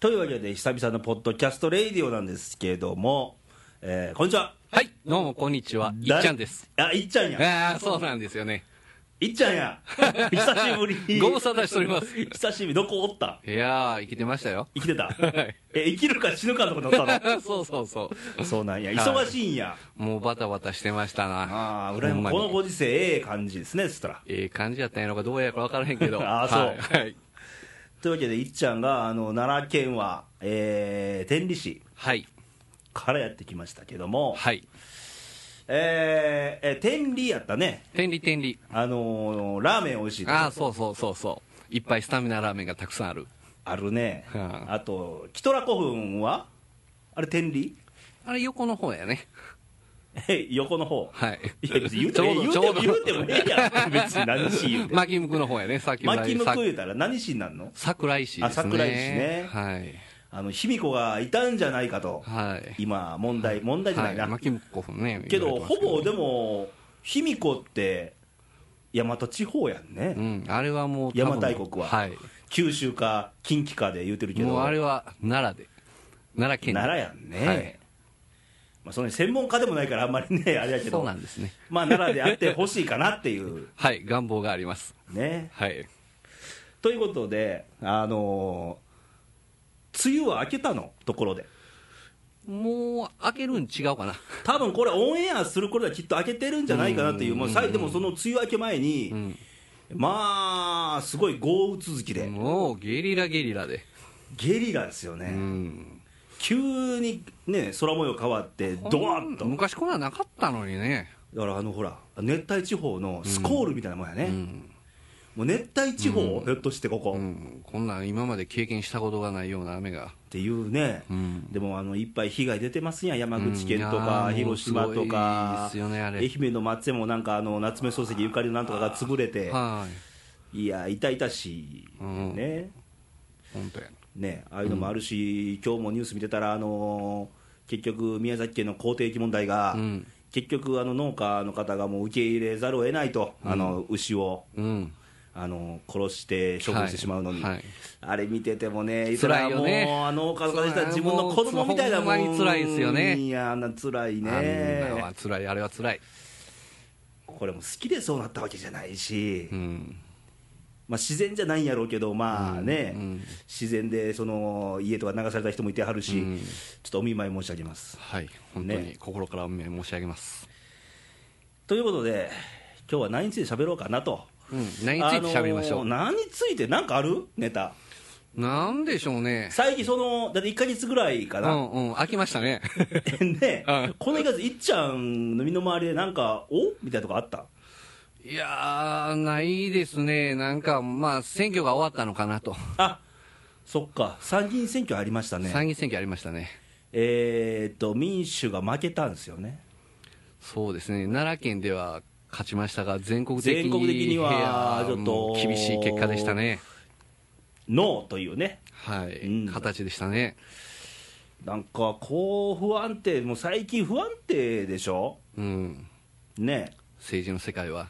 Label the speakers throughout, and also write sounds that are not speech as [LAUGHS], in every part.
Speaker 1: というわけで久々のポッドキャストレイディオなんですけれども、えーこんにちは
Speaker 2: はい、どうもこんにちは、い
Speaker 1: だ
Speaker 2: っちゃんです。
Speaker 1: あいっちゃんや
Speaker 2: ああ、そうなんですよね。
Speaker 1: いっちゃん
Speaker 2: [LAUGHS]
Speaker 1: や久しぶり
Speaker 2: ご無沙汰しております
Speaker 1: 久しぶりどこおった
Speaker 2: いやー、生きてましたよ。
Speaker 1: 生きてた
Speaker 2: はい
Speaker 1: え生きるか死ぬかのことだった
Speaker 2: そうそうそ
Speaker 1: のそうなんや
Speaker 2: い
Speaker 1: 忙しいんや、
Speaker 2: う。もうバタバタしてましたな。
Speaker 1: ああ羨
Speaker 2: ほん
Speaker 1: ま
Speaker 2: ま
Speaker 1: しい
Speaker 2: に
Speaker 1: このご時世ええ感じですねつったら
Speaker 2: ええ感じやったんやろか、どうやか分からへんけ
Speaker 1: [LAUGHS]
Speaker 2: ど。
Speaker 1: あーそう
Speaker 2: はいはい。
Speaker 1: というわけでいっちゃんがあの奈良県は、えー天理市
Speaker 2: はい。
Speaker 1: からやってきましたけども、
Speaker 2: はい。
Speaker 1: えーえ天理やったね
Speaker 2: 天理天理。
Speaker 1: あのーラーメン美味しいとこ
Speaker 2: ああ、そうそうそうそう。いっぱいスタミナラーメンがたくさんある。
Speaker 1: あるね、
Speaker 2: は
Speaker 1: あとキトラ古墳はあれ天理 [LAUGHS]
Speaker 2: あれ、横の方やね。
Speaker 1: え横の方
Speaker 2: はい。
Speaker 1: いや別に言う
Speaker 2: ち
Speaker 1: て
Speaker 2: ょ
Speaker 1: も
Speaker 2: う
Speaker 1: 言
Speaker 2: ど
Speaker 1: う
Speaker 2: ち
Speaker 1: て
Speaker 2: ょ
Speaker 1: も
Speaker 2: うど
Speaker 1: 言うてもええやん別に何し言うて
Speaker 2: 巻き向くの方やね、さっき
Speaker 1: 巻き向
Speaker 2: さ
Speaker 1: く言うたら何しになんの
Speaker 2: 桜井市ですね。
Speaker 1: あ桜井市ね
Speaker 2: はい。
Speaker 1: あの卑弥呼がいたんじゃないかと、
Speaker 2: はい。
Speaker 1: 今問題問題じゃないな、
Speaker 2: はい、牧子さんね
Speaker 1: けど
Speaker 2: 言われてます
Speaker 1: ほぼでも卑弥呼って大和地方やんね、
Speaker 2: うんあれはもう多
Speaker 1: 邪
Speaker 2: 分
Speaker 1: 馬台国は、
Speaker 2: はい
Speaker 1: 九州か近畿かで言うてるけど
Speaker 2: もうあれは奈良で奈良県
Speaker 1: 奈良やんね、
Speaker 2: はい
Speaker 1: まあ、その専門家でもないからあんまりねあれやけど
Speaker 2: そうなんですね
Speaker 1: まあ、奈良であってほしいかなっていう
Speaker 2: はい願望があります
Speaker 1: ね
Speaker 2: はい
Speaker 1: ということであのー梅雨は明けたのところで
Speaker 2: もう開けるん違うかな
Speaker 1: 多分これオンエアする頃ではきっと明けてるんじゃないかなっていうもうさいでもその梅雨明け前に、
Speaker 2: ん
Speaker 1: まあすごい豪雨続きで、
Speaker 2: もうゲリラゲリラで
Speaker 1: ゲリラですよね、
Speaker 2: うん
Speaker 1: 急にね空模様変わってドワッと
Speaker 2: 昔こんなんなかったのにね
Speaker 1: だからあのほら熱帯地方のスコールみたいなもんやね、
Speaker 2: うん、
Speaker 1: もう熱帯地方、ひょっとしてここ、
Speaker 2: う
Speaker 1: っ
Speaker 2: ん、こんなん今まで経験したことがないような雨が
Speaker 1: ていうね、
Speaker 2: うん
Speaker 1: でもあのいっぱい被害出てますやん山口県とか、
Speaker 2: うんいやーもう
Speaker 1: 広島とか、
Speaker 2: すごいですよねあれ
Speaker 1: 愛媛の松江もなんかあの夏目漱石ゆかりのなんとかが潰れて、
Speaker 2: はい
Speaker 1: いや痛々しい、
Speaker 2: うん
Speaker 1: ね
Speaker 2: 本当や
Speaker 1: ねああいうのもあるし、今日もニュース見てたらあのー結局宮崎県の口蹄疫問題が、
Speaker 2: うん
Speaker 1: 結局あの農家の方がもう受け入れざるを得ないと、あの牛を。
Speaker 2: うん
Speaker 1: あの殺して処分してしまうのに、
Speaker 2: はいはい
Speaker 1: あれ見ててもね、
Speaker 2: 辛いよね
Speaker 1: もう、あの岡田さん、
Speaker 2: 辛い
Speaker 1: 自分の子供みたいなもん、
Speaker 2: もうほんまに辛いですよね
Speaker 1: いや、あんな辛い
Speaker 2: あんな
Speaker 1: ね
Speaker 2: は、辛いあれは辛い
Speaker 1: これも好きでそうなったわけじゃないし、
Speaker 2: うん
Speaker 1: まあ、自然じゃないんやろうけど、まあね、
Speaker 2: うんうん
Speaker 1: 自然でその家とか流された人もいてはるし、
Speaker 2: うん
Speaker 1: ちょっとお見舞い申し上げます。
Speaker 2: はい本当に
Speaker 1: ね
Speaker 2: 心からお見舞い申し上げます、
Speaker 1: ということで、今日は何について喋ろうかなと。
Speaker 2: うん、何について喋りましょう、
Speaker 1: あのー何について、なんかあるネタ。
Speaker 2: なんでしょうね
Speaker 1: 最近その、だって1か月ぐらいか
Speaker 2: う
Speaker 1: な、
Speaker 2: んうん飽きまし
Speaker 1: [LAUGHS]
Speaker 2: たね
Speaker 1: ね、
Speaker 2: うん
Speaker 1: この1ヶ月、いっちゃんの身の回りで、なんか、おみたいなとこあった
Speaker 2: いやーないですねなんかまあ選挙が終わったのかなと、
Speaker 1: あそっか、参議院選挙ありましたね、
Speaker 2: 参議院選挙ありましたね
Speaker 1: えーっと、民主が負けたんですよね、
Speaker 2: そうですね奈良県では勝ちましたが全国的に
Speaker 1: 全国的にはい
Speaker 2: やー
Speaker 1: ちょっと
Speaker 2: もう厳しい結果でしたね
Speaker 1: ノーというね、
Speaker 2: はい、
Speaker 1: うん
Speaker 2: 形でしたね
Speaker 1: なんか、こう、不安定、もう最近、不安定でしょ、
Speaker 2: うん
Speaker 1: ね、
Speaker 2: 政治の世界は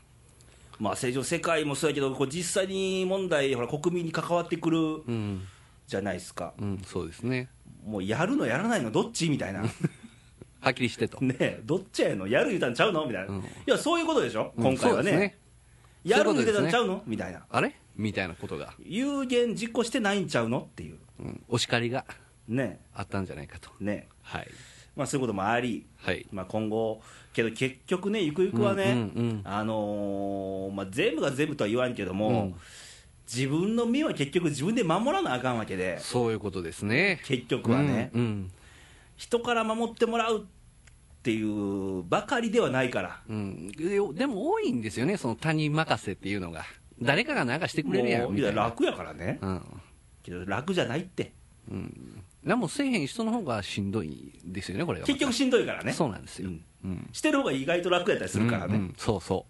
Speaker 1: まあ、政治の世界もそうやけど、こう実際に問題、ほら、国民に関わってくる
Speaker 2: うん、
Speaker 1: じゃないですか、
Speaker 2: うん、そうですね
Speaker 1: もうやるの、やらないの、どっちみ
Speaker 2: [LAUGHS]
Speaker 1: たいな。
Speaker 2: はっきりしてと、
Speaker 1: ねどっちやのやる言うたんちゃうのみたいな、
Speaker 2: うん
Speaker 1: いやそういうことでしょ
Speaker 2: うん
Speaker 1: 今回は
Speaker 2: そ
Speaker 1: ね,、
Speaker 2: うです
Speaker 1: やる
Speaker 2: そうい
Speaker 1: 言
Speaker 2: う
Speaker 1: うてた
Speaker 2: ことです
Speaker 1: ん
Speaker 2: ね
Speaker 1: ちゃうのみたいな
Speaker 2: あれみたいなことが、
Speaker 1: 有言実行してないんちゃうのっていう
Speaker 2: うん、お叱りが
Speaker 1: ね
Speaker 2: あったんじゃないかと
Speaker 1: ね
Speaker 2: はい
Speaker 1: まあそういうこともあり、
Speaker 2: はい
Speaker 1: まあ、今後けど結局ねゆくゆくはね、
Speaker 2: うんうんうん
Speaker 1: あのーまあ、全部が全部とは言わんけども、
Speaker 2: うん
Speaker 1: 自分の身は結局自分で守らなあかんわけで
Speaker 2: そういうことですね。
Speaker 1: 結局はね、
Speaker 2: うん、
Speaker 1: 人から守ってもらうっていうばかりではないから
Speaker 2: うん、うん。でも多いんですよね、その他人任せっていうのが。誰かがなんかしてくれるや
Speaker 1: も
Speaker 2: ん、
Speaker 1: う
Speaker 2: み
Speaker 1: い
Speaker 2: た
Speaker 1: や
Speaker 2: いな。
Speaker 1: 楽やからね、
Speaker 2: うん。
Speaker 1: けど楽じゃないって
Speaker 2: 何もせえへん人の方がしんどいんですよね、これは。
Speaker 1: 結局しんどいからね
Speaker 2: そうなんですよ。
Speaker 1: う
Speaker 2: うんん。
Speaker 1: してる方が意外と楽やったりするからね、
Speaker 2: うんうんそうそ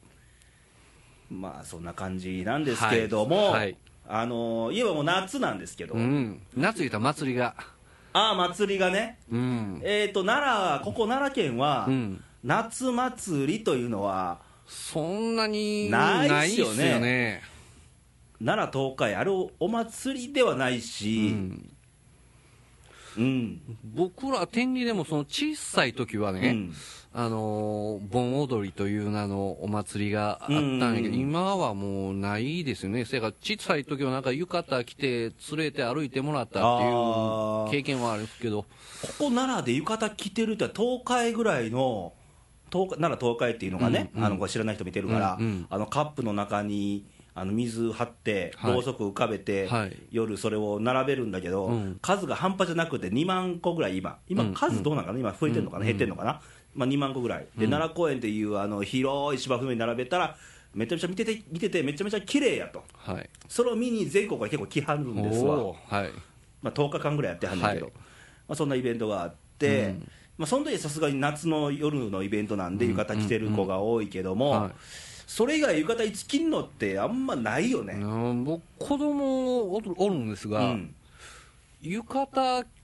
Speaker 1: まあそんな感じなんですけれども、
Speaker 2: はいはい
Speaker 1: あの言えばもう夏なんですけど、
Speaker 2: う。うん。夏言うたら祭りが。
Speaker 1: ああ祭りがね
Speaker 2: うん。
Speaker 1: えっ、と奈良ここ奈良県は、
Speaker 2: うん
Speaker 1: 夏祭りというのは
Speaker 2: そんなに
Speaker 1: な
Speaker 2: ないい
Speaker 1: っ
Speaker 2: っ
Speaker 1: す
Speaker 2: す
Speaker 1: よ
Speaker 2: よ
Speaker 1: ね
Speaker 2: ね。
Speaker 1: 奈良東海あるお祭りではないうし、
Speaker 2: ん。
Speaker 1: うん、
Speaker 2: 僕ら天理でもその小さい時はね、
Speaker 1: うん
Speaker 2: あのー盆踊りという名のお祭りがあったんやけど、
Speaker 1: うん
Speaker 2: 今はもうないですよね、せやから小さい時はなんか浴衣着て、連れて歩いてもらった
Speaker 1: あ
Speaker 2: っ
Speaker 1: ー
Speaker 2: ていう経験はあるんですけど、
Speaker 1: ここ奈良で浴衣着てるって東海ぐらいの東海奈良東海っていうのがね、
Speaker 2: うんうん
Speaker 1: あのこれ知らない人もいてるから、
Speaker 2: うんうん
Speaker 1: あのカップの中にあの水張って、
Speaker 2: はい
Speaker 1: ろうそく浮かべて、
Speaker 2: はい
Speaker 1: 夜それを並べるんだけど、
Speaker 2: うん
Speaker 1: 数が半端じゃなくて2万個ぐらい今今
Speaker 2: うん
Speaker 1: 数どうなんかな、今増えてるのかな、減ってるのかな、まあ、2万個ぐらいで、奈良公園っていうあの広い芝生に並べたらめちゃめちゃ見てて見ててめちゃめちゃ綺麗やと
Speaker 2: はい、
Speaker 1: それを見に全国が結構来はるんですわ。
Speaker 2: おーはい、
Speaker 1: まあ、10日間ぐらいやってはんねんけど、
Speaker 2: はい
Speaker 1: まあ、そんなイベントがあって、
Speaker 2: うん
Speaker 1: まあ、その時はさすがに夏の夜のイベントなんで、
Speaker 2: うん
Speaker 1: 浴衣着てる子が多いけども、
Speaker 2: はい
Speaker 1: それ以外、浴衣着きんのってあんまないよね。
Speaker 2: うん僕、子供おるおるんです
Speaker 1: う
Speaker 2: が、
Speaker 1: ん
Speaker 2: 浴衣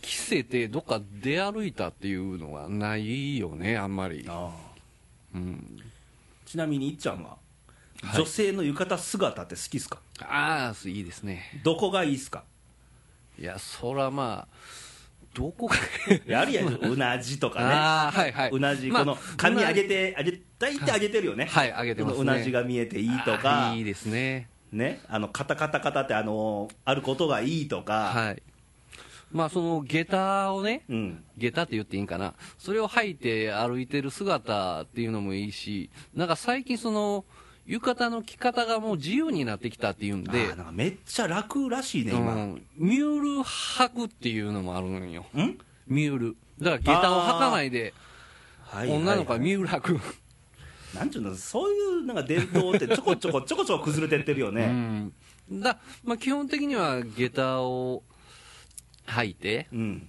Speaker 2: 着せて、どっか出歩いたっていうのはないよね、あんまり。
Speaker 1: ああ
Speaker 2: うん、
Speaker 1: ちなみにいっちゃんは、
Speaker 2: はい
Speaker 1: 女性の浴衣姿って好きっすか、
Speaker 2: ああ、いいですね。
Speaker 1: どこがいいっすか、
Speaker 2: いや、そらまあ、どこか、
Speaker 1: [LAUGHS] や
Speaker 2: [LAUGHS]
Speaker 1: るやん、うなじとかね、
Speaker 2: ああ、はいはい。
Speaker 1: うなじ、
Speaker 2: まあ
Speaker 1: この髪上げ
Speaker 2: う
Speaker 1: て、あげ大体上げてるよね、
Speaker 2: なはい、上げてますね。
Speaker 1: うなじが見えていいと
Speaker 2: あ
Speaker 1: か
Speaker 2: ーい、いですね。
Speaker 1: ね、あのカタカタカタってあのあることがいいとか、
Speaker 2: はい。まあ、その、下駄をね、
Speaker 1: うん、
Speaker 2: 下駄って言っていいんかな。それを履いて歩いてる姿っていうのもいいし、なんか最近その、浴衣の着方がもう自由になってきたっていうん
Speaker 1: で
Speaker 2: で、
Speaker 1: なんかめっちゃ楽らしいね、
Speaker 2: う
Speaker 1: 今。
Speaker 2: ん、ミュール履くっていうのもあるんよ。
Speaker 1: ん
Speaker 2: ミュール。だから下駄を履かないで、
Speaker 1: はいはい
Speaker 2: 女の子はミュール履く。
Speaker 1: なんちゅうの、そういうなんか伝統
Speaker 2: [LAUGHS]
Speaker 1: ってちょこちょこちょこちょこ崩れてってるよ
Speaker 2: う
Speaker 1: ね。
Speaker 2: んだまあ、基本的には下駄を履いて、
Speaker 1: うん。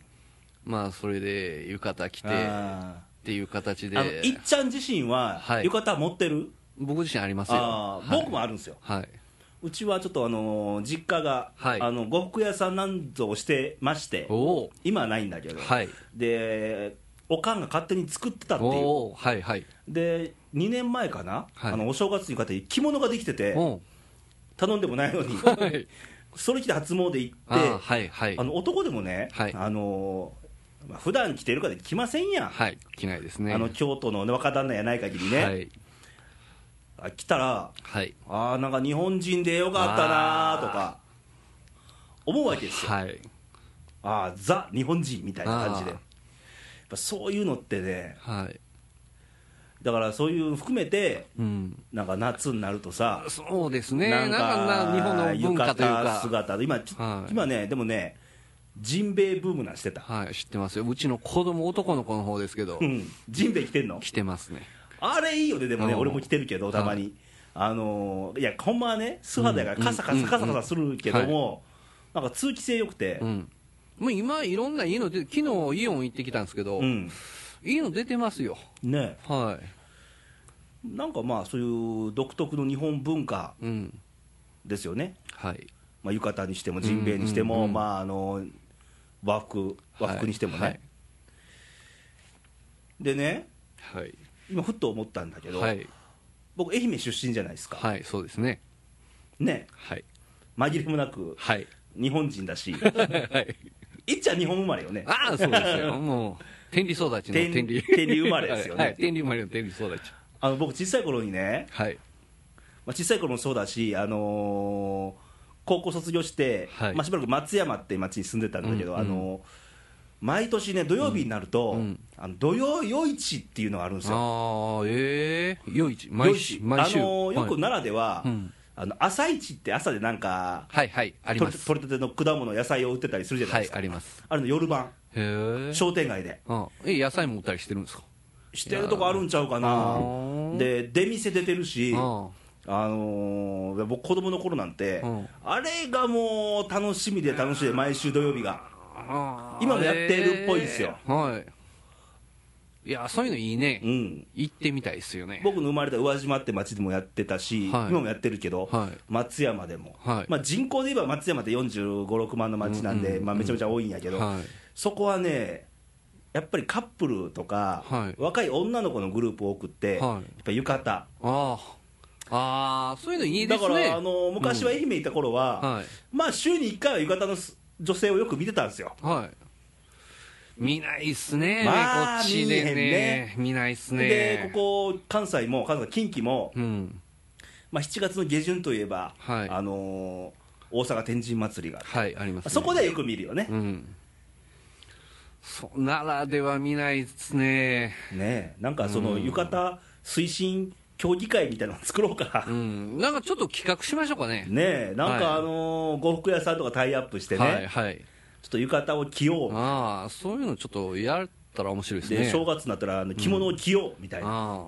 Speaker 2: まあ、それで浴衣着てっ
Speaker 1: あ
Speaker 2: ていう形
Speaker 1: ーあの、
Speaker 2: で、
Speaker 1: いっちゃん自身は
Speaker 2: はい
Speaker 1: 浴衣持ってる
Speaker 2: 僕自身ありますよ、
Speaker 1: あー
Speaker 2: はい
Speaker 1: 僕もあるんですよ。
Speaker 2: はい、
Speaker 1: うちはちょっとあのー、実家が、
Speaker 2: はい
Speaker 1: あの、呉服屋さんなんぞをしてまして、
Speaker 2: お
Speaker 1: 今はないんだけど、
Speaker 2: ーはい、
Speaker 1: で、おかんが勝手に作ってたっていう。
Speaker 2: おーはい、はい、
Speaker 1: で、2年前かな、
Speaker 2: はい
Speaker 1: あの、お正月に買って着物ができてて、
Speaker 2: お
Speaker 1: 頼んでもないのに、
Speaker 2: ーはい、
Speaker 1: それ着て初詣行って、
Speaker 2: あーはい、はい
Speaker 1: あ、の男でもね、
Speaker 2: はい
Speaker 1: あのーまあ、普段着てるかで着ませんやん、
Speaker 2: はい、着ないですね、
Speaker 1: あの京都の若旦那やない限りね、
Speaker 2: はい、
Speaker 1: あ着たら、
Speaker 2: はい、
Speaker 1: ああ、なんか日本人でよかったなーとか、思うわけですよ、
Speaker 2: はい、
Speaker 1: ああ、ザ・日本人みたいな感じで、
Speaker 2: あー
Speaker 1: やっぱそういうのってね、
Speaker 2: はい、
Speaker 1: だからそういうの含めて、
Speaker 2: うん、
Speaker 1: なんか夏になるとさ、
Speaker 2: そうですね、なんかな日本の文化という
Speaker 1: 浴衣
Speaker 2: か、
Speaker 1: 姿で今、ち
Speaker 2: はい
Speaker 1: 今ね、でもね、ジンベエブームなんしてた、
Speaker 2: はい、知ってますよ、うちの子供男の子の方ですけど
Speaker 1: う、ん、ジンベエ着てんの
Speaker 2: 着てますね。
Speaker 1: あれいいよね、でもね、
Speaker 2: うん
Speaker 1: 俺も着てるけど、たまに。あのーいや、ほんまはね、素肌やからカサカ
Speaker 2: うん
Speaker 1: サカサカサするけども、なんか通気性良くて
Speaker 2: う、ん、もう今、いろんな家の出て、昨日イオン行ってきたんですけど、
Speaker 1: うん、
Speaker 2: いいの出てますよ、
Speaker 1: ね、
Speaker 2: は
Speaker 1: なんかまあ、そういう独特の日本文化
Speaker 2: い、うん、
Speaker 1: ですよね、
Speaker 2: はい、
Speaker 1: まあ、浴衣にしても、ジンベエにしても、
Speaker 2: うんうんうん
Speaker 1: まあ、あのー和服、和服にしてもね。
Speaker 2: はい、
Speaker 1: でね、
Speaker 2: はい、
Speaker 1: 今、ふっと思ったんだけど、
Speaker 2: はい、
Speaker 1: 僕、愛媛出身じゃないですか、
Speaker 2: はいそうですね、
Speaker 1: ね、
Speaker 2: はい、
Speaker 1: 紛れもなく
Speaker 2: はい、
Speaker 1: 日本人だし、 [LAUGHS]
Speaker 2: はい、
Speaker 1: いっちゃん日本生まれよね。
Speaker 2: ああ、そうですよ、もう、天理育ちの
Speaker 1: 天
Speaker 2: 天理、
Speaker 1: 天理生まれですよね
Speaker 2: はいはい、天理生まれの天理育ち、
Speaker 1: あの僕、小さい頃にね、
Speaker 2: はい、
Speaker 1: まあ、小さい頃もそうだし、あのー高校卒業して、
Speaker 2: はい
Speaker 1: まあ、しばらく松山って町に住んでたんだけど、
Speaker 2: うん
Speaker 1: あのー毎年ね、土曜日になると、
Speaker 2: うんうん
Speaker 1: あの土曜夜市っていうのがあるんですよ、
Speaker 2: ああ、ええー、夜市、毎週、
Speaker 1: 夜市
Speaker 2: 毎週、
Speaker 1: あのーよく
Speaker 2: はい、
Speaker 1: 奈良では、
Speaker 2: うん
Speaker 1: あの朝市って朝でなんか、
Speaker 2: はい、はい、あり
Speaker 1: 取
Speaker 2: ま
Speaker 1: れ
Speaker 2: す、
Speaker 1: 取れたての果物、野菜を売ってたりするじゃない
Speaker 2: は
Speaker 1: で
Speaker 2: い
Speaker 1: す、か、
Speaker 2: あります、
Speaker 1: あれの夜晩、
Speaker 2: へえ、
Speaker 1: 商店街で、
Speaker 2: あえ野菜も売ったりしてるんですか、
Speaker 1: してるとこあるんちゃうか
Speaker 2: あ
Speaker 1: な、
Speaker 2: ー
Speaker 1: で出店出てるし。
Speaker 2: あ
Speaker 1: あのー、僕、子供の頃なんて、
Speaker 2: うん
Speaker 1: あれがもう楽しみで楽しみで、毎週土曜日が、
Speaker 2: あー
Speaker 1: 今もやってるっぽいですよ
Speaker 2: えーはい。いや、そういうのいいね
Speaker 1: う。ん、
Speaker 2: 行ってみたいですよね。
Speaker 1: 僕の生まれた宇和島って町でもやってたし、
Speaker 2: はい
Speaker 1: 今もやってるけど、
Speaker 2: はい
Speaker 1: 松山でも、
Speaker 2: はい
Speaker 1: まあ、人口で言えば松山って45、6万の町なんで、
Speaker 2: うんうんうん
Speaker 1: まあ、めちゃめちゃ多いんやけど、
Speaker 2: は
Speaker 1: そこはね、やっぱりカップルとか、
Speaker 2: はい
Speaker 1: 若い女の子のグループ多くって、
Speaker 2: はい
Speaker 1: やっぱ浴衣。
Speaker 2: い。ああ。ああ、そういうのいいで
Speaker 1: だ
Speaker 2: すね。
Speaker 1: から、あのー昔は愛媛にいた頃は、
Speaker 2: はい。
Speaker 1: まあ週に1回は浴衣のす女性をよく見てたんですよ。
Speaker 2: はい。見ないっすね、
Speaker 1: まあ
Speaker 2: こっちで
Speaker 1: 見えへんね
Speaker 2: ね見ないっすね
Speaker 1: でここ関西も関西近畿も、
Speaker 2: うん
Speaker 1: まあ、7月の下旬といえば、
Speaker 2: はい
Speaker 1: あのー大阪天神祭りがある、
Speaker 2: はいあります、ね、
Speaker 1: そこではよく見るよね、
Speaker 2: うんそならでは見ないっすね
Speaker 1: ねえなんかその
Speaker 2: うん
Speaker 1: 浴衣推進協議会みたいなの作ろうか、
Speaker 2: うんなんかちょっと企画しましょうかね
Speaker 1: ねえなん
Speaker 2: は
Speaker 1: か
Speaker 2: い
Speaker 1: あのー呉服屋さんとかタイアップしてね、
Speaker 2: はいはい
Speaker 1: ちょっと浴衣を着よう
Speaker 2: ああそういうのちょっとやったら面白いです
Speaker 1: で
Speaker 2: ね
Speaker 1: 正月になったらあの着物を着ようみたいな、
Speaker 2: ああ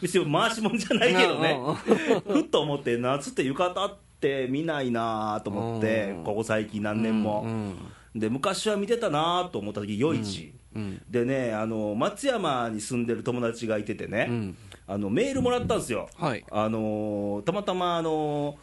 Speaker 1: 別に回しもんじゃないけどね
Speaker 2: う
Speaker 1: ふっと思って夏って浴衣って見ないなと思って
Speaker 2: うん
Speaker 1: ここ最近何年も、
Speaker 2: うん
Speaker 1: で昔は見てたなと思った時夜市、
Speaker 2: うん
Speaker 1: でねあの松山に住んでる友達がいててね、
Speaker 2: うん
Speaker 1: あのメールもらったんですよ、
Speaker 2: はい
Speaker 1: あのーたまたま、あのー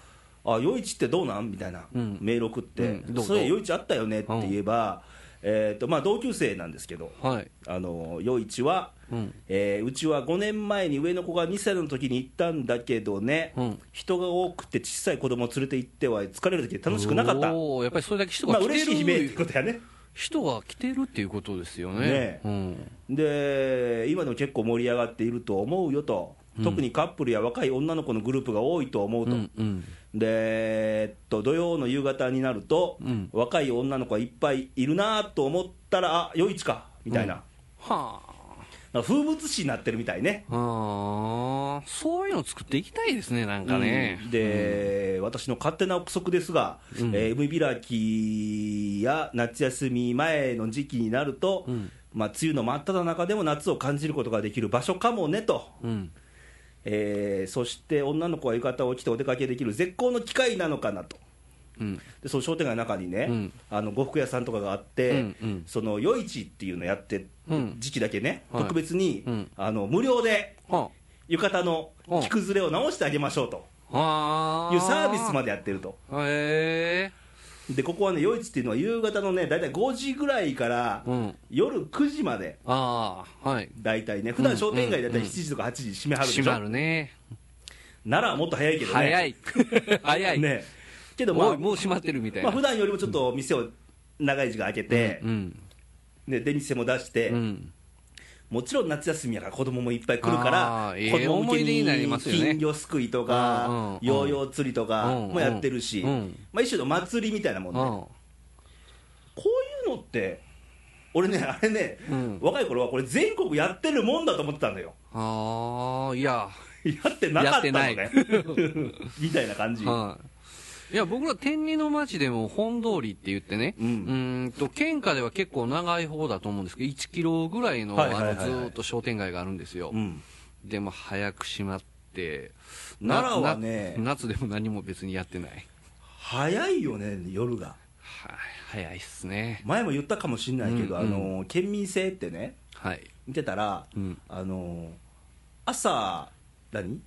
Speaker 1: あ夜市ってどうなんみたいな、
Speaker 2: うん
Speaker 1: メール送って、
Speaker 2: うんどう
Speaker 1: それ夜市あったよねって言えば、えーとまあ、同級生なんですけど、
Speaker 2: はい
Speaker 1: あのー夜市は、
Speaker 2: うん
Speaker 1: えーうちは5年前に上の子が2歳の時に行ったんだけどね、
Speaker 2: うん
Speaker 1: 人が多くて小さい子供連れて行っては疲れる時楽しくなかった、
Speaker 2: おーやっぱりそれだけ人
Speaker 1: ま
Speaker 2: が
Speaker 1: あ
Speaker 2: 来てる、
Speaker 1: 嬉しい悲鳴ってことやね。
Speaker 2: 人が来てるっていうことですよね
Speaker 1: ね
Speaker 2: うん
Speaker 1: で今でも結構盛り上がっていると思うよと、特にカップルや若い女の子のグループが多いと思う
Speaker 2: う
Speaker 1: と、
Speaker 2: んうん
Speaker 1: でえっと土曜の夕方になると、
Speaker 2: うん
Speaker 1: 若い女の子がいっぱいいるなと思ったら、あ夜市かみたいな、
Speaker 2: は
Speaker 1: なんか風物詩になってるみたいね。
Speaker 2: あああそういうの作っていきたいですねなんかね、
Speaker 1: うんで、私の勝手な憶測ですが、
Speaker 2: うん
Speaker 1: えー海開きや夏休み前の時期になると、
Speaker 2: うん
Speaker 1: まあ、梅雨の真っ只中でも夏を感じることができる場所かもねと
Speaker 2: うん
Speaker 1: えーそして女の子は浴衣を着てお出かけできる絶好の機会なのかなと。
Speaker 2: うん
Speaker 1: でその商店街の中にね、
Speaker 2: うん
Speaker 1: あの呉服屋さんとかがあって、
Speaker 2: うんうん
Speaker 1: その夜市っていうのやって、
Speaker 2: うん
Speaker 1: 時期だけね、
Speaker 2: はい
Speaker 1: 特別に、
Speaker 2: うん
Speaker 1: あの無料で
Speaker 2: は
Speaker 1: 浴衣の着崩れを直してあげましょうと
Speaker 2: あはあ
Speaker 1: いうサービスまでやってると、
Speaker 2: へ
Speaker 1: でここはね、夜市っていうのは夕方のね、大体5時ぐらいから
Speaker 2: えうん
Speaker 1: 夜9時まで、
Speaker 2: ああはい
Speaker 1: 大体ね、普段商店街だった
Speaker 2: うん
Speaker 1: ら7時とか8時閉めはるでしょ、
Speaker 2: 閉まるね
Speaker 1: ならもっと早いけどね、
Speaker 2: 早
Speaker 1: [LAUGHS]
Speaker 2: い早い、
Speaker 1: ねけど、まあ
Speaker 2: おいもう閉まってるみたい
Speaker 1: ま
Speaker 2: な、
Speaker 1: あ普段よりもちょっと店を長い時間開けて、
Speaker 2: うん
Speaker 1: で出店も出して、
Speaker 2: うん
Speaker 1: もちろん夏休みやから子供もいっぱい来るから、
Speaker 2: あーええ
Speaker 1: 子供向け
Speaker 2: 思い出になり
Speaker 1: に
Speaker 2: ますよね
Speaker 1: 金魚すくいと
Speaker 2: う
Speaker 1: か
Speaker 2: ん、うん
Speaker 1: ヨーヨー釣りとか
Speaker 2: うん
Speaker 1: もやってるし、
Speaker 2: うん
Speaker 1: まあ、一種の祭りみたいなもんで、こ
Speaker 2: あ
Speaker 1: ういうのって、俺ね、あれね、
Speaker 2: うん
Speaker 1: 若い頃はこれ、全国やってるもんだと思ってたのよ、 [LAUGHS]
Speaker 2: あーいや
Speaker 1: やってなかったの
Speaker 2: や
Speaker 1: ね
Speaker 2: っ、
Speaker 1: [LAUGHS] みたいな感じ。
Speaker 2: はい。いや、僕ら天理の町でも本通りって言ってね、
Speaker 1: うん
Speaker 2: ーんと、県下では結構長い方だと思うんですけど、1キロぐらいの、
Speaker 1: はいはいはいはい
Speaker 2: あのずーっと商店街があるんですよ。
Speaker 1: うん
Speaker 2: でも早く閉まって、な
Speaker 1: 奈良はね
Speaker 2: な夏でも何も別にやってない。
Speaker 1: 早いよね、夜が。
Speaker 2: はい、早いっすね。
Speaker 1: 前も言ったかもしれないけど、
Speaker 2: うんうん
Speaker 1: あの県民性ってね、
Speaker 2: はい。
Speaker 1: 見てたら、
Speaker 2: うん
Speaker 1: あの朝何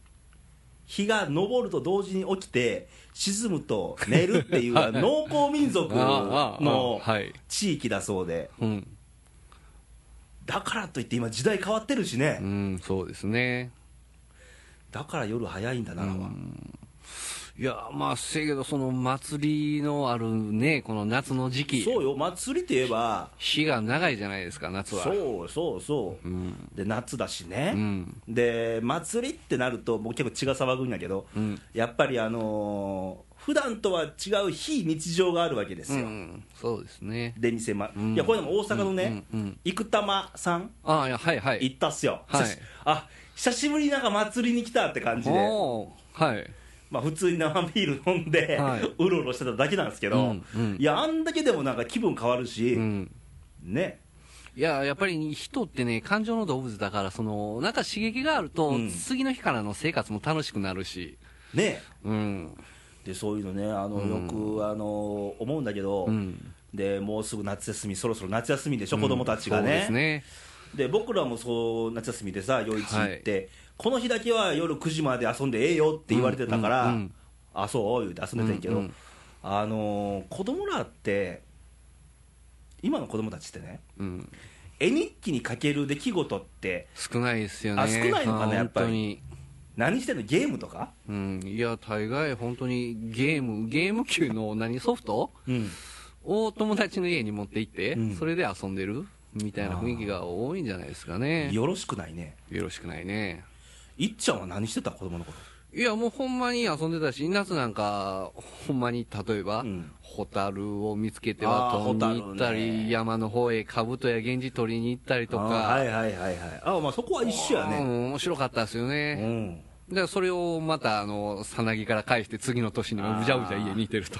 Speaker 1: 日が昇ると同時に起きて沈むと寝るっていう
Speaker 2: [LAUGHS] はい
Speaker 1: 農耕民族
Speaker 2: あーあー
Speaker 1: の
Speaker 2: あーはい
Speaker 1: 地域だそうで
Speaker 2: うん。
Speaker 1: だからといって今時代変わってるしね、
Speaker 2: うん、そうですね。
Speaker 1: だから夜早いんだ奈良は、
Speaker 2: いや、まあ、せやけど、その祭りのあるね、この夏の時期。
Speaker 1: そうよ祭りといえば
Speaker 2: 日が長いじゃないですか、夏は。
Speaker 1: そうそうそう、
Speaker 2: うん。
Speaker 1: で夏だしね、
Speaker 2: うん。
Speaker 1: で祭りってなるともう結構血が騒ぐんやけど、
Speaker 2: うん
Speaker 1: やっぱりあのー普段とは違う非日常があるわけですよ、
Speaker 2: うん、そうですね。
Speaker 1: 出店ま、
Speaker 2: ん
Speaker 1: いやこれでも大阪のね、
Speaker 2: うんうんうん
Speaker 1: 生玉さん
Speaker 2: ああ、いや、はいはい。
Speaker 1: 行ったっすよ、
Speaker 2: はい
Speaker 1: 久しあ久しぶりになんか祭りに来たって感じで、
Speaker 2: おーはい。
Speaker 1: まあ、普通に生ビール飲んで、
Speaker 2: はいう
Speaker 1: ろうろしてただけなんですけど、
Speaker 2: うんうん
Speaker 1: いやあんだけでもなんか気分変わるし、
Speaker 2: うん。
Speaker 1: ね
Speaker 2: いや、やっぱり人ってね、感情の動物だから、その、なんか刺激があると、
Speaker 1: うん
Speaker 2: 次の日からの生活も楽しくなるし、
Speaker 1: ね
Speaker 2: うん。
Speaker 1: でそういうのねあのよく、あの思うんだけど、
Speaker 2: うん。
Speaker 1: でもうすぐ夏休みそろそろ夏休みでしょ、子供たちがね
Speaker 2: そうですね。
Speaker 1: で僕らもそう夏休みでさ夜市行って、この日だけは夜9時まで遊んでええよって言われてたから、
Speaker 2: うんうんうん
Speaker 1: あそう言うて遊んでたんやけど、
Speaker 2: うんうん
Speaker 1: あのー子供らって今の子供たちってね
Speaker 2: うん。
Speaker 1: 絵日記にかける出来事って
Speaker 2: 少ないですよね。
Speaker 1: あ少ないのかな
Speaker 2: あ
Speaker 1: やっぱり
Speaker 2: 本当に。
Speaker 1: 何してんのゲームとか、
Speaker 2: うん。いや、大概、本当に、ゲーム、ゲーム級の何ソフトを友達の家に持って行って、
Speaker 1: うん
Speaker 2: それで遊んでる。みたいな雰囲気が多いんじゃないですかね。よ
Speaker 1: よろしくないね
Speaker 2: ろしくないね。
Speaker 1: いっちゃんは何してた子供の頃
Speaker 2: いや、もうほんまに遊んでたし、夏なんか、ほんまに例えば、
Speaker 1: うん
Speaker 2: ホタルを見つけて
Speaker 1: あ
Speaker 2: は
Speaker 1: ー
Speaker 2: 飛んで行った
Speaker 1: ホタル
Speaker 2: り、
Speaker 1: ね
Speaker 2: 山の方へ兜や源氏取りに行ったりと
Speaker 1: あーは
Speaker 2: か、
Speaker 1: いはいはいはいあまあそこは一緒や
Speaker 2: う
Speaker 1: ね
Speaker 2: ん面白かったですよ
Speaker 1: う
Speaker 2: ね。
Speaker 1: ん
Speaker 2: だからそれをまた、あの、さなぎから返して次の年にはうじゃうじゃ家にいてると。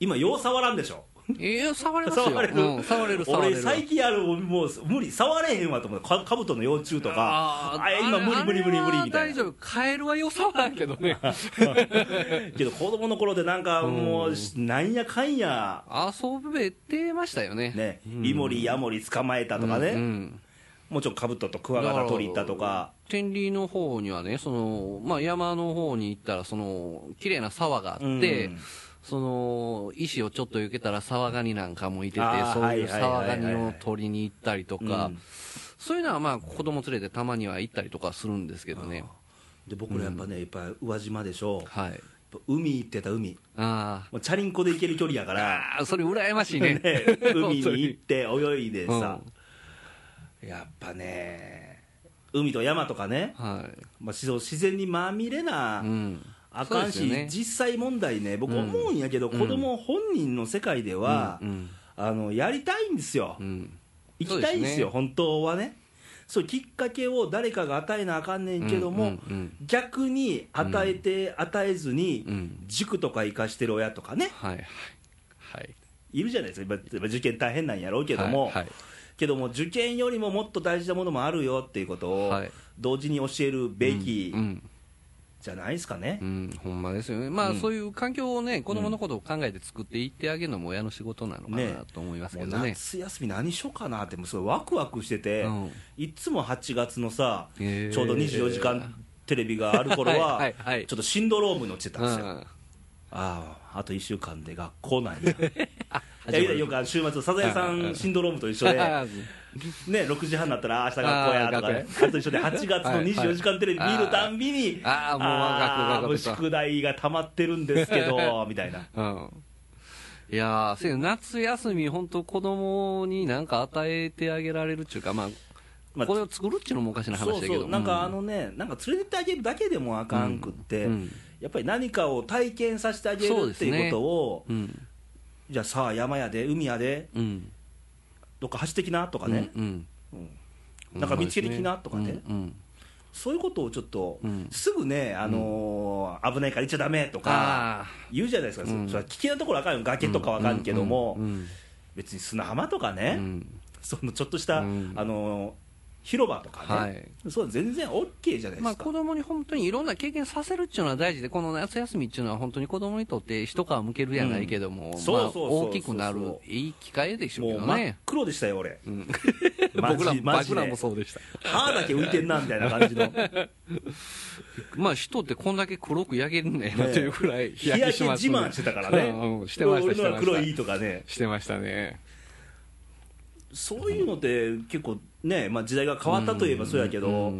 Speaker 1: 今よう触らんでしょ
Speaker 2: いや、触れますよ。
Speaker 1: 触れる
Speaker 2: うん、触れる、触れ
Speaker 1: 俺
Speaker 2: る。
Speaker 1: 最近あるもう無理触れへんわと思ってかカブトの幼虫とかあ
Speaker 2: ー
Speaker 1: 今
Speaker 2: あれ
Speaker 1: 無理無理無理無理みたいな
Speaker 2: あれは大丈夫。カエルは良さはないけど
Speaker 1: [LAUGHS]
Speaker 2: ね。
Speaker 1: けど子供の頃でなんかもうなんやかんや
Speaker 2: 遊べてましたよね。
Speaker 1: ねイモリヤモリ捕まえたとかね、
Speaker 2: うんうん
Speaker 1: もうちょっとカブトとクワガタ取り行ったとか
Speaker 2: 天理の方にはね、その、まあ、山の方に行ったら、その、綺麗な沢があって、
Speaker 1: うん
Speaker 2: その、石をちょっと避けたら沢ガニなんかもいてて
Speaker 1: あー、
Speaker 2: そういう
Speaker 1: はいはいはいは
Speaker 2: 沢
Speaker 1: い
Speaker 2: ガニを取りに行ったりとか、
Speaker 1: うん
Speaker 2: そういうのはまあ、子供連れてたまには行ったりとかするんですけどね。
Speaker 1: で僕らやっぱね、やっぱ宇和島でしょ
Speaker 2: はい。
Speaker 1: 海行ってた海
Speaker 2: あ
Speaker 1: もうチャリンコで行ける距離や
Speaker 2: [LAUGHS]
Speaker 1: から、
Speaker 2: あ、それ羨ましいね。 [LAUGHS]
Speaker 1: ね海に行って泳いでさ、やっぱね海と山とかね、
Speaker 2: はい。
Speaker 1: まあ、自自然にまみれな、
Speaker 2: うん。
Speaker 1: あかん
Speaker 2: そ
Speaker 1: し、
Speaker 2: うですよね
Speaker 1: 実際問題ね、僕思うんやけど、
Speaker 2: うん
Speaker 1: 子供本人の世界では、
Speaker 2: うん
Speaker 1: あのやりたいんですよ、
Speaker 2: うん。
Speaker 1: 行きたいんですよ、本当はね。そうきっかけを誰かが与えなあかんねんけども、
Speaker 2: うんうん
Speaker 1: 逆に与えて、与えずに、
Speaker 2: うん
Speaker 1: 塾とか行かしてる親とかね、
Speaker 2: はいはい。はい。
Speaker 1: いるじゃないですか、まま受験大変なんやろうけども、
Speaker 2: はいはい
Speaker 1: けども、受験よりももっと大事なものもあるよっていうことを
Speaker 2: はい、
Speaker 1: 同時に教えるべき
Speaker 2: うん。
Speaker 1: じゃないですかね
Speaker 2: う。ん、ほんまですよね、まあ、
Speaker 1: うん
Speaker 2: そういう環境をね、子供のことを考えて作っていってあげるのも親の仕事なのか
Speaker 1: ね
Speaker 2: なと思います
Speaker 1: も
Speaker 2: け
Speaker 1: う
Speaker 2: どね。
Speaker 1: 夏休み何しようかなってもうすごいワクワクしてて、
Speaker 2: うん
Speaker 1: いつも8月のさ、
Speaker 2: へー
Speaker 1: ちょうど24時間テレビがある頃は
Speaker 2: [LAUGHS] はいはいはい
Speaker 1: ちょっとシンドロームに落ちてたんですよ、あ
Speaker 2: ん
Speaker 1: ああと1週間で学校なんやいや
Speaker 2: [LAUGHS] 始まる
Speaker 1: よくあの週末サザエさんシンドロームと一緒で、ね、6時半になったらあ明日学校やとか、ね
Speaker 2: あ、
Speaker 1: あれと一緒で8月の24時間テレビ見るたんびに
Speaker 2: あーもう
Speaker 1: あー
Speaker 2: 学校学校学校
Speaker 1: もう宿題が溜まってるんですけ
Speaker 2: [LAUGHS]
Speaker 1: どみたいな
Speaker 2: うんいやーせや、夏休み、本当、子供になんか与えてあげられるっていうか、まあ、
Speaker 1: まあ
Speaker 2: これを作るっていうのもおかしな話だけど、
Speaker 1: そうそうなんかあのね、なんか連れてってあげるだけでもあかんくって、
Speaker 2: うんうん
Speaker 1: やっぱり何かを体験させてあげ
Speaker 2: そう
Speaker 1: る
Speaker 2: で
Speaker 1: っ
Speaker 2: す
Speaker 1: て
Speaker 2: ね
Speaker 1: いうことを、
Speaker 2: うん、
Speaker 1: じゃあさあ山やで海やで
Speaker 2: うん、
Speaker 1: どっか走ってきなとかね、
Speaker 2: うん、う
Speaker 1: なんか見つけてきなとかね、
Speaker 2: うんうん
Speaker 1: そういうことをちょっと、
Speaker 2: うん
Speaker 1: すぐね、あのー危ないから行っちゃダメと
Speaker 2: あ
Speaker 1: か
Speaker 2: あ
Speaker 1: 言うじゃないですか、そ
Speaker 2: うん
Speaker 1: それは危険なところはあかんよ崖とかわかんけども、
Speaker 2: うんうん
Speaker 1: 別に砂浜とかね、
Speaker 2: うん
Speaker 1: そのちょっとした、
Speaker 2: うん
Speaker 1: あのー広場とかね、そう全然 OK じゃないで
Speaker 2: まあ、
Speaker 1: すか。
Speaker 2: 子供に本当にいろんな経験させるっていうのは大事で、この夏休みっていうのは本当に子供にとって一皮むけるやないけど
Speaker 1: う
Speaker 2: も、
Speaker 1: ん
Speaker 2: ま
Speaker 1: そうそ
Speaker 2: あ
Speaker 1: うそうそう
Speaker 2: 大きくなるいい機会でしょう
Speaker 1: も
Speaker 2: け
Speaker 1: う
Speaker 2: ど
Speaker 1: 真っ
Speaker 2: ね。
Speaker 1: 黒でしたよ、俺、 [LAUGHS] マジ
Speaker 2: 僕らも
Speaker 1: マジ
Speaker 2: 僕
Speaker 1: で
Speaker 2: らもそうでした。
Speaker 1: 歯だけ浮いてんなみたいな感じ
Speaker 2: [LAUGHS]
Speaker 1: の、
Speaker 2: まあ人ってこんだけ黒く焼けるんだよなというくらい
Speaker 1: 日焼け自慢してたからね、
Speaker 2: うんしてました
Speaker 1: 俺のは
Speaker 2: してました
Speaker 1: 黒いとかね、
Speaker 2: してましたね。
Speaker 1: そういうのって結構ね、まあ、時代が変わったといえばそうやけど、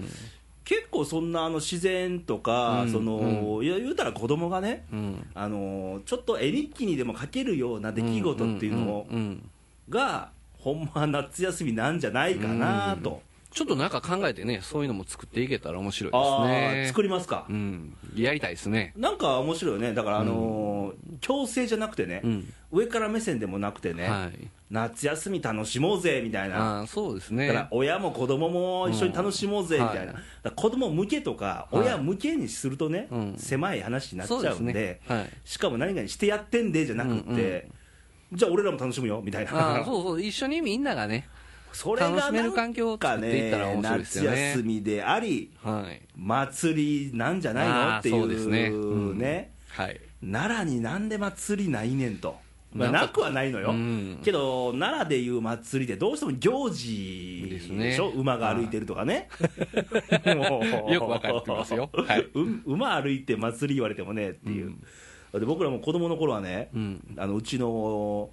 Speaker 1: 結構そんなあの自然とか、
Speaker 2: うん
Speaker 1: そのいや言うたら子供がね、
Speaker 2: うん。
Speaker 1: あのちょっと絵日記にでも書けるような出来事っていうのを
Speaker 2: んんん
Speaker 1: が、ほんまは夏休みなんじゃないかなと、
Speaker 2: ちょっとなんか考えてね、そういうのも作っていけたら面白いです
Speaker 1: あ
Speaker 2: ね。
Speaker 1: ー作りますか
Speaker 2: う。ん。やりたいですね。
Speaker 1: なんか面白いよね、だから、あの強制じゃなくてね、
Speaker 2: うん
Speaker 1: 上から目線でもなくてね、
Speaker 2: はい。
Speaker 1: 夏休み楽しもうぜみたいな、
Speaker 2: ああ、そうですね。
Speaker 1: だから親も子供も一緒に楽しもうぜみたいな、
Speaker 2: うんは
Speaker 1: だから子供向けとか、
Speaker 2: はい
Speaker 1: 親向けにするとね、
Speaker 2: うん
Speaker 1: 狭い話になっちゃ
Speaker 2: そううん
Speaker 1: で
Speaker 2: ですね。はい。
Speaker 1: しかも何々してやってんでじゃなくって、
Speaker 2: うんう
Speaker 1: じゃあ俺らも楽しむよみたい
Speaker 2: あ
Speaker 1: な
Speaker 2: あ、
Speaker 1: [LAUGHS]
Speaker 2: そうそう、一緒にみんながね、
Speaker 1: それが
Speaker 2: 楽しめ
Speaker 1: な
Speaker 2: る環境
Speaker 1: ん
Speaker 2: を
Speaker 1: か
Speaker 2: 作っていったら
Speaker 1: ね
Speaker 2: 面白いです
Speaker 1: 夏
Speaker 2: よね
Speaker 1: 休みであり
Speaker 2: はい。
Speaker 1: 祭りなんじゃないの
Speaker 2: あー
Speaker 1: っていう
Speaker 2: そうですねうん
Speaker 1: ね
Speaker 2: はい。
Speaker 1: 奈良になんで祭りないねんと、まあ、
Speaker 2: なんか
Speaker 1: なくはないのよ、
Speaker 2: うん
Speaker 1: けど奈良でいう祭りってどうしても行事で
Speaker 2: で
Speaker 1: し
Speaker 2: す
Speaker 1: ょ、
Speaker 2: ね
Speaker 1: 馬が歩いてるとかね
Speaker 2: [LAUGHS] よくわかってますよ
Speaker 1: [LAUGHS]
Speaker 2: はいう
Speaker 1: 馬歩いて祭り言われてもねっていう、で僕らも子供の頃はね、
Speaker 2: うん
Speaker 1: あのうちの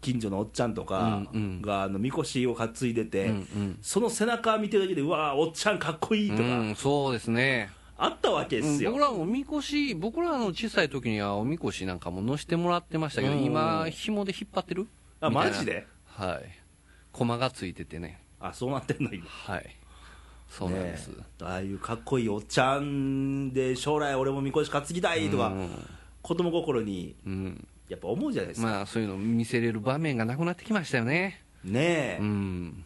Speaker 1: 近所のおっちゃんとか
Speaker 2: うんうん
Speaker 1: があのみこしを担いでて、
Speaker 2: うんうん
Speaker 1: その背中見てるだけでうわーおっちゃんかっこいいとか、
Speaker 2: うん、そうですね。
Speaker 1: あったわけで
Speaker 2: うん
Speaker 1: すよ、
Speaker 2: 僕らもおみこし、僕らの小さい時にはおみこしなんかも乗してもらってましたけど、
Speaker 1: うん
Speaker 2: 今、紐で引っ張ってる
Speaker 1: あ
Speaker 2: みたいな
Speaker 1: マジで
Speaker 2: はい。コマがついててね
Speaker 1: あそうなってんの今
Speaker 2: はいそうなんです、
Speaker 1: ねえああいうかっこいいおっちゃんで将来俺もみこし担ぎたいとか
Speaker 2: うん
Speaker 1: 子供心に
Speaker 2: うん、
Speaker 1: やっぱ思うじゃないですか、
Speaker 2: まあそういうの見せれる場面がなくなってきましたよね
Speaker 1: ねえ、
Speaker 2: うん、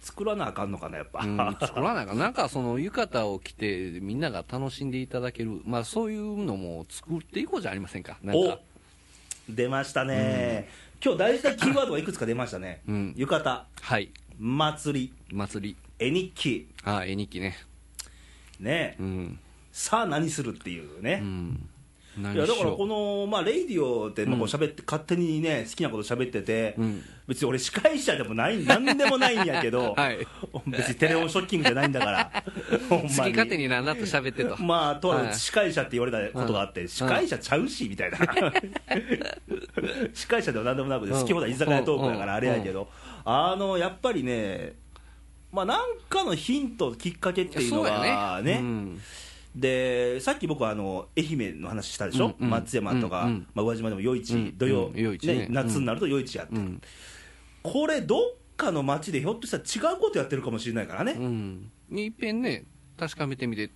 Speaker 1: 作らなあかんのかなやっぱ、
Speaker 2: う
Speaker 1: [LAUGHS]
Speaker 2: ん、作らないかなんかその浴衣を着てみんなが楽しんでいただけるまあそういうのも作っていこうじゃありませんかなん
Speaker 1: お
Speaker 2: か
Speaker 1: 出ましたね、今日大事なキーワードがいくつか出ましたね、
Speaker 2: うん
Speaker 1: 浴衣
Speaker 2: はい
Speaker 1: 祭
Speaker 2: 祭り
Speaker 1: り絵日記
Speaker 2: ああ絵日記ね
Speaker 1: ねえ、
Speaker 2: うん
Speaker 1: さあ何するっていうね、
Speaker 2: うん何
Speaker 1: いやだから
Speaker 2: しよう
Speaker 1: この、まあ、レイディオって、まあ、こう喋って、勝手にね、好きなこと喋ってて、
Speaker 2: うん
Speaker 1: 別に俺、司会者でもない、なんでもないんやけど、
Speaker 2: [LAUGHS] はい
Speaker 1: [LAUGHS] 別にテレオンショッキングじゃないんだから、
Speaker 2: [LAUGHS]
Speaker 1: ほんまに。
Speaker 2: 好き勝手になんだと喋
Speaker 1: [LAUGHS]
Speaker 2: ってと
Speaker 1: まあ、とあ
Speaker 2: は
Speaker 1: る
Speaker 2: い
Speaker 1: 司会者って言われたことがあって、
Speaker 2: うん
Speaker 1: 司会者ちゃうし、みたいな。 [LAUGHS]
Speaker 2: [LAUGHS]
Speaker 1: 司会者でもなんでもなくて、
Speaker 2: うん
Speaker 1: 好き放題居酒屋トークだから
Speaker 2: うん
Speaker 1: あれやけど、あの、やっぱりね、まあ、なんかのヒント、きっかけっていうのが
Speaker 2: そうや
Speaker 1: ね、
Speaker 2: うん
Speaker 1: でさっき僕はあの愛媛の話したでしょ、
Speaker 2: うんうん
Speaker 1: 松山とか、
Speaker 2: うんうん
Speaker 1: まあ、宇和島でも夜市、
Speaker 2: うん
Speaker 1: 土曜、
Speaker 2: うん夜市ね
Speaker 1: ね夏になると夜市やって、
Speaker 2: うん
Speaker 1: これどっかの町でひょっとしたら違うことやってるかもしれないからね、
Speaker 2: うんいっぺんね確かめてみて
Speaker 1: いっ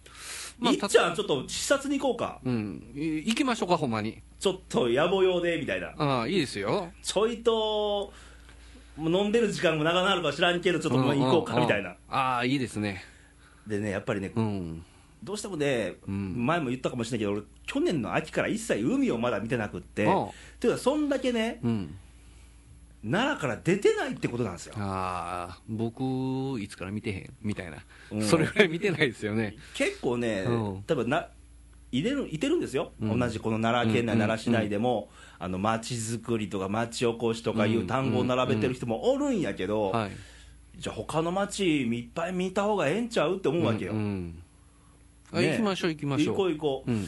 Speaker 1: ちゃんちょっと視察に行こうか
Speaker 2: うんい行きましょうかほんまに
Speaker 1: ちょっと野暮用でみたいな
Speaker 2: ああいいですよ
Speaker 1: ちょいともう飲んでる時間も長なるか知らんけどちょっともう行こうかみたいな、
Speaker 2: んんうんああいいですね
Speaker 1: でねやっぱりね、
Speaker 2: うん
Speaker 1: どうしてもね、
Speaker 2: うん
Speaker 1: 前も言ったかもしれないけど俺去年の秋から一切海をまだ見てなくって、
Speaker 2: うん
Speaker 1: というかそんだけね
Speaker 2: うん
Speaker 1: 奈良から出てないってことなんですよ
Speaker 2: ああ僕いつから見てへんみたいな、
Speaker 1: うん
Speaker 2: それぐらい見てないですよね
Speaker 1: 結構ね、
Speaker 2: うん
Speaker 1: 多分な入れるいてるんですよ、
Speaker 2: うん
Speaker 1: 同じこの奈良県内、
Speaker 2: うん
Speaker 1: 奈良市内でも、あの町づくりとか町おこしとかいううん単語を並べてる人もおるんやけど、
Speaker 2: はい
Speaker 1: じゃあ、他の町、いっぱい見た方がええんちゃうって思うわけよ、
Speaker 2: うんうんあ
Speaker 1: ね
Speaker 2: 行きましょう行きましょ
Speaker 1: 行
Speaker 2: う
Speaker 1: こう行こう、
Speaker 2: うん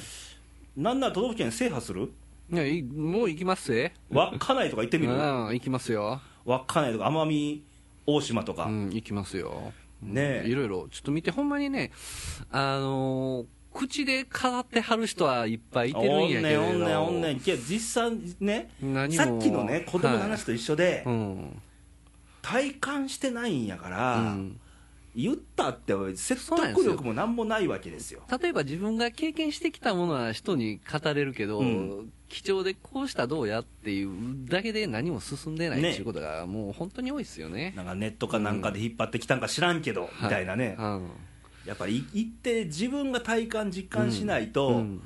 Speaker 1: なんなら都道府県制覇する、
Speaker 2: いやいもう行きますぜ
Speaker 1: 稚内とか行って
Speaker 2: うん
Speaker 1: みる、
Speaker 2: 行きますよ
Speaker 1: 稚内とか奄美大島とか、
Speaker 2: うん、行きますよ。
Speaker 1: ねえ
Speaker 2: いろいろ、ちょっと見て、ほんまにね、あのー口で語ってはる人はいっぱいいてるんやけれど
Speaker 1: おんねんおんねんおんねん、けど実際ね、
Speaker 2: 何も
Speaker 1: さっきのね、子供の話と一緒で、
Speaker 2: うん。
Speaker 1: 体感してないんやか
Speaker 2: う
Speaker 1: ら。
Speaker 2: ん。
Speaker 1: 言ったって説得力もなんもないわけですよ
Speaker 2: 例えば自分が経験してきたものは人に語れるけど、
Speaker 1: うん
Speaker 2: 貴重でこうしたどうやっていうだけで何も進んでないっ
Speaker 1: ね
Speaker 2: ていうことがもう本当に多いですよね。
Speaker 1: なんかネットかなんかで引っ張ってきたんか知らんけど、みたいなね、
Speaker 2: は
Speaker 1: やっぱり行って自分が体感実感しない
Speaker 2: い。うん。う
Speaker 1: と
Speaker 2: ん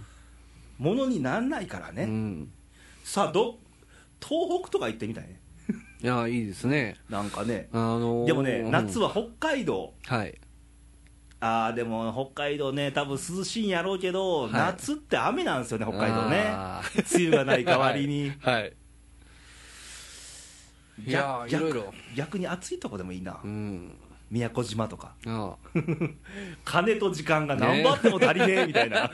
Speaker 1: ものにならないからね、
Speaker 2: うん。
Speaker 1: さあど東北とか行ってみたいね
Speaker 2: いや、いいですね。
Speaker 1: なんかね
Speaker 2: あのー
Speaker 1: でもね夏
Speaker 2: は。
Speaker 1: は北海道
Speaker 2: はい。
Speaker 1: ああでも北海道ね多分涼しいんやろうけど、
Speaker 2: はい
Speaker 1: 夏って雨なんですよね北海道ね
Speaker 2: あー
Speaker 1: 梅雨がない代わりに
Speaker 2: [LAUGHS] はい。いやーい
Speaker 1: 逆
Speaker 2: ろいろ。
Speaker 1: 逆に暑いとこでもいいな、
Speaker 2: うん。
Speaker 1: 宮古島とか
Speaker 2: あ
Speaker 1: 金と時間が何本あっても足り
Speaker 2: [LAUGHS]
Speaker 1: ねえみたいな、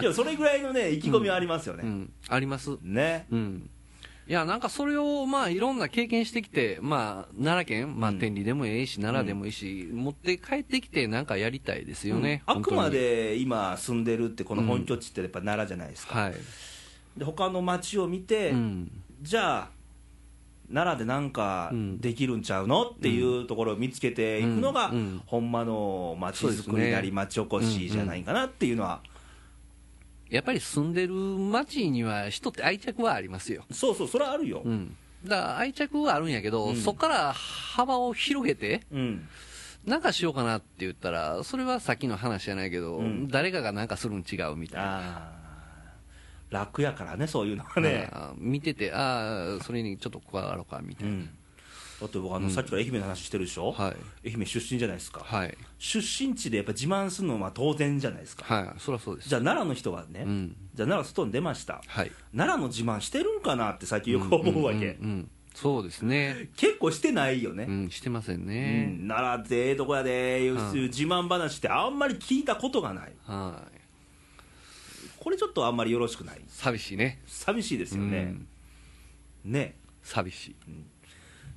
Speaker 1: いやそれぐらいのね意気込みはありますよ
Speaker 2: あ、
Speaker 1: ね、
Speaker 2: うん。あります。
Speaker 1: ね
Speaker 2: うん。いや、なんかそれを、まあ、いろんな経験してきて、まあ、奈良県、まあ、
Speaker 1: うん
Speaker 2: 天理でもええし、奈良でもいいし、持って帰ってきて、なんかやりたいですよね。
Speaker 1: うんあくま
Speaker 2: 本
Speaker 1: で今住んでるってこの本拠地ってやっぱ奈良じゃないです
Speaker 2: 当
Speaker 1: か、
Speaker 2: に。はい。
Speaker 1: で他の町を見て、
Speaker 2: うん。
Speaker 1: じゃあ奈良でなんか
Speaker 2: うん
Speaker 1: できるんちゃうのっていうところを見つけていくのが、
Speaker 2: うんうん
Speaker 1: ほんまの町づ
Speaker 2: そう
Speaker 1: く
Speaker 2: で
Speaker 1: り
Speaker 2: す
Speaker 1: な
Speaker 2: ね
Speaker 1: り町おこしじゃないかなっていうのは、
Speaker 2: やっぱり住んでる町には、人って愛着はありますよ。
Speaker 1: そうそうそれはあるよ、
Speaker 2: うん。だから、愛着はあるんやけど、
Speaker 1: うん
Speaker 2: そこから幅を広げて、
Speaker 1: うん
Speaker 2: なんかしようかなって言ったら、それはさっきの話じゃないけど、
Speaker 1: うん
Speaker 2: 誰かがなんかするん違うみたいな。
Speaker 1: あー楽やからねそういうのはね、
Speaker 2: あー見てて、ああ、それにちょっと加わろうかみた
Speaker 1: う
Speaker 2: いな。
Speaker 1: ん、だって僕あの、さっきから愛媛の話してるでしょ、
Speaker 2: はい。
Speaker 1: 愛媛出身じゃないですか、
Speaker 2: はい。
Speaker 1: 出身地でやっぱ自慢するのは当然じゃないですか、
Speaker 2: はい。そりゃそうです。
Speaker 1: じゃあ奈良の人はね、
Speaker 2: うん。
Speaker 1: じゃあ奈良外に出ました、
Speaker 2: はい。
Speaker 1: 奈良の自慢してるんかなって最近よく思うわけ、
Speaker 2: んんうんそうですね。
Speaker 1: 結構してないよね、
Speaker 2: うん、してません
Speaker 1: う
Speaker 2: ね。
Speaker 1: ん、奈良ってええとこやでいう
Speaker 2: うん
Speaker 1: 自慢話ってあんまり聞いたことがない、
Speaker 2: はい。
Speaker 1: これちょっとあんまりよろしくない、
Speaker 2: 寂しいね。
Speaker 1: 寂しいですよね、ね
Speaker 2: 寂しい。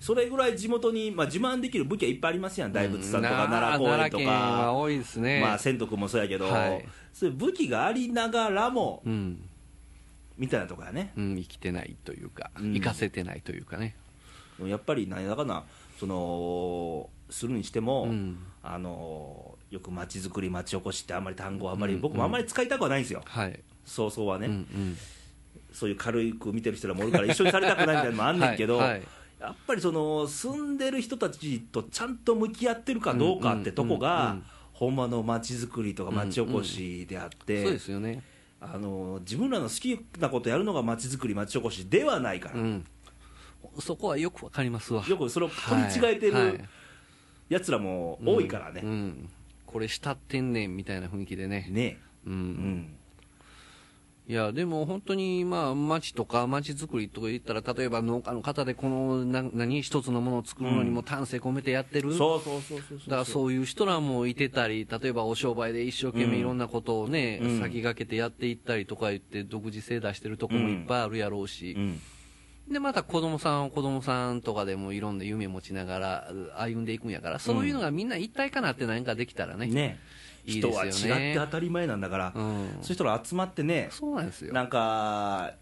Speaker 1: それぐらい地元に、まあ、自慢できる武器はいっぱいありますやん、大仏さんと
Speaker 2: う
Speaker 1: か
Speaker 2: ん
Speaker 1: 奈良公園と
Speaker 2: 奈良県は
Speaker 1: か、
Speaker 2: 多いですね。
Speaker 1: まあ、仙徳もそうやけど、
Speaker 2: はい
Speaker 1: そういう武器がありながらも、
Speaker 2: うん。
Speaker 1: みたいなとこやね、
Speaker 2: うん、生きてないというか、
Speaker 1: うん
Speaker 2: 生かせてないというかね。
Speaker 1: でもやっぱり何らかなそのするにしても、
Speaker 2: うん
Speaker 1: あのよく町づくり町おこしってあんまり単語はあんまり、
Speaker 2: うん
Speaker 1: 僕もあんまり使いたくはないんですよ、
Speaker 2: はい、
Speaker 1: そうそうはね、
Speaker 2: うんうん、
Speaker 1: そういう軽く見てる人らもおるから一緒にされたくないみたいなのもあんねんけど、
Speaker 2: はいはい
Speaker 1: やっぱりその住んでる人たちとちゃんと向き合ってるかどうかってとこが、
Speaker 2: うんうんうんうん
Speaker 1: ほんまの町づくりとか町おこしであって、
Speaker 2: そうですよね、
Speaker 1: あの自分らの好きなことやるのが町づくり町おこしではないから、
Speaker 2: うん、そこはよくわかりますわ
Speaker 1: よくそれを取り違えて
Speaker 2: はい
Speaker 1: るやつらも多いからね、
Speaker 2: うんうんこれ慕ってんねんみたいな雰囲気でね
Speaker 1: ね
Speaker 2: う、
Speaker 1: うんん
Speaker 2: いやでも本当にまあ町とか町づくりとか言ったら例えば農家の方でこのな何一つのものを作るのにも丹精込めてやってる、
Speaker 1: そうそうそうそう
Speaker 2: だからそういう人らもいてたり、例えばお商売で一生懸
Speaker 1: う
Speaker 2: 命
Speaker 1: ん
Speaker 2: いろんなことをね、
Speaker 1: うん
Speaker 2: 先駆けてやっていったりとか言って、独自性出してるとこもいっぱいあるやろうし、
Speaker 1: ん、
Speaker 2: で、また子供さんは子供さんとかでもいろんな夢持ちながら歩んでいくんやから、そういうのがみんな一体かなって何かできたらね。
Speaker 1: ね
Speaker 2: いいです
Speaker 1: 人
Speaker 2: よ
Speaker 1: は
Speaker 2: ね
Speaker 1: 違って当たり前なんだから、
Speaker 2: うん。
Speaker 1: そういう人ら集まってね
Speaker 2: そうなんですよ。
Speaker 1: なんか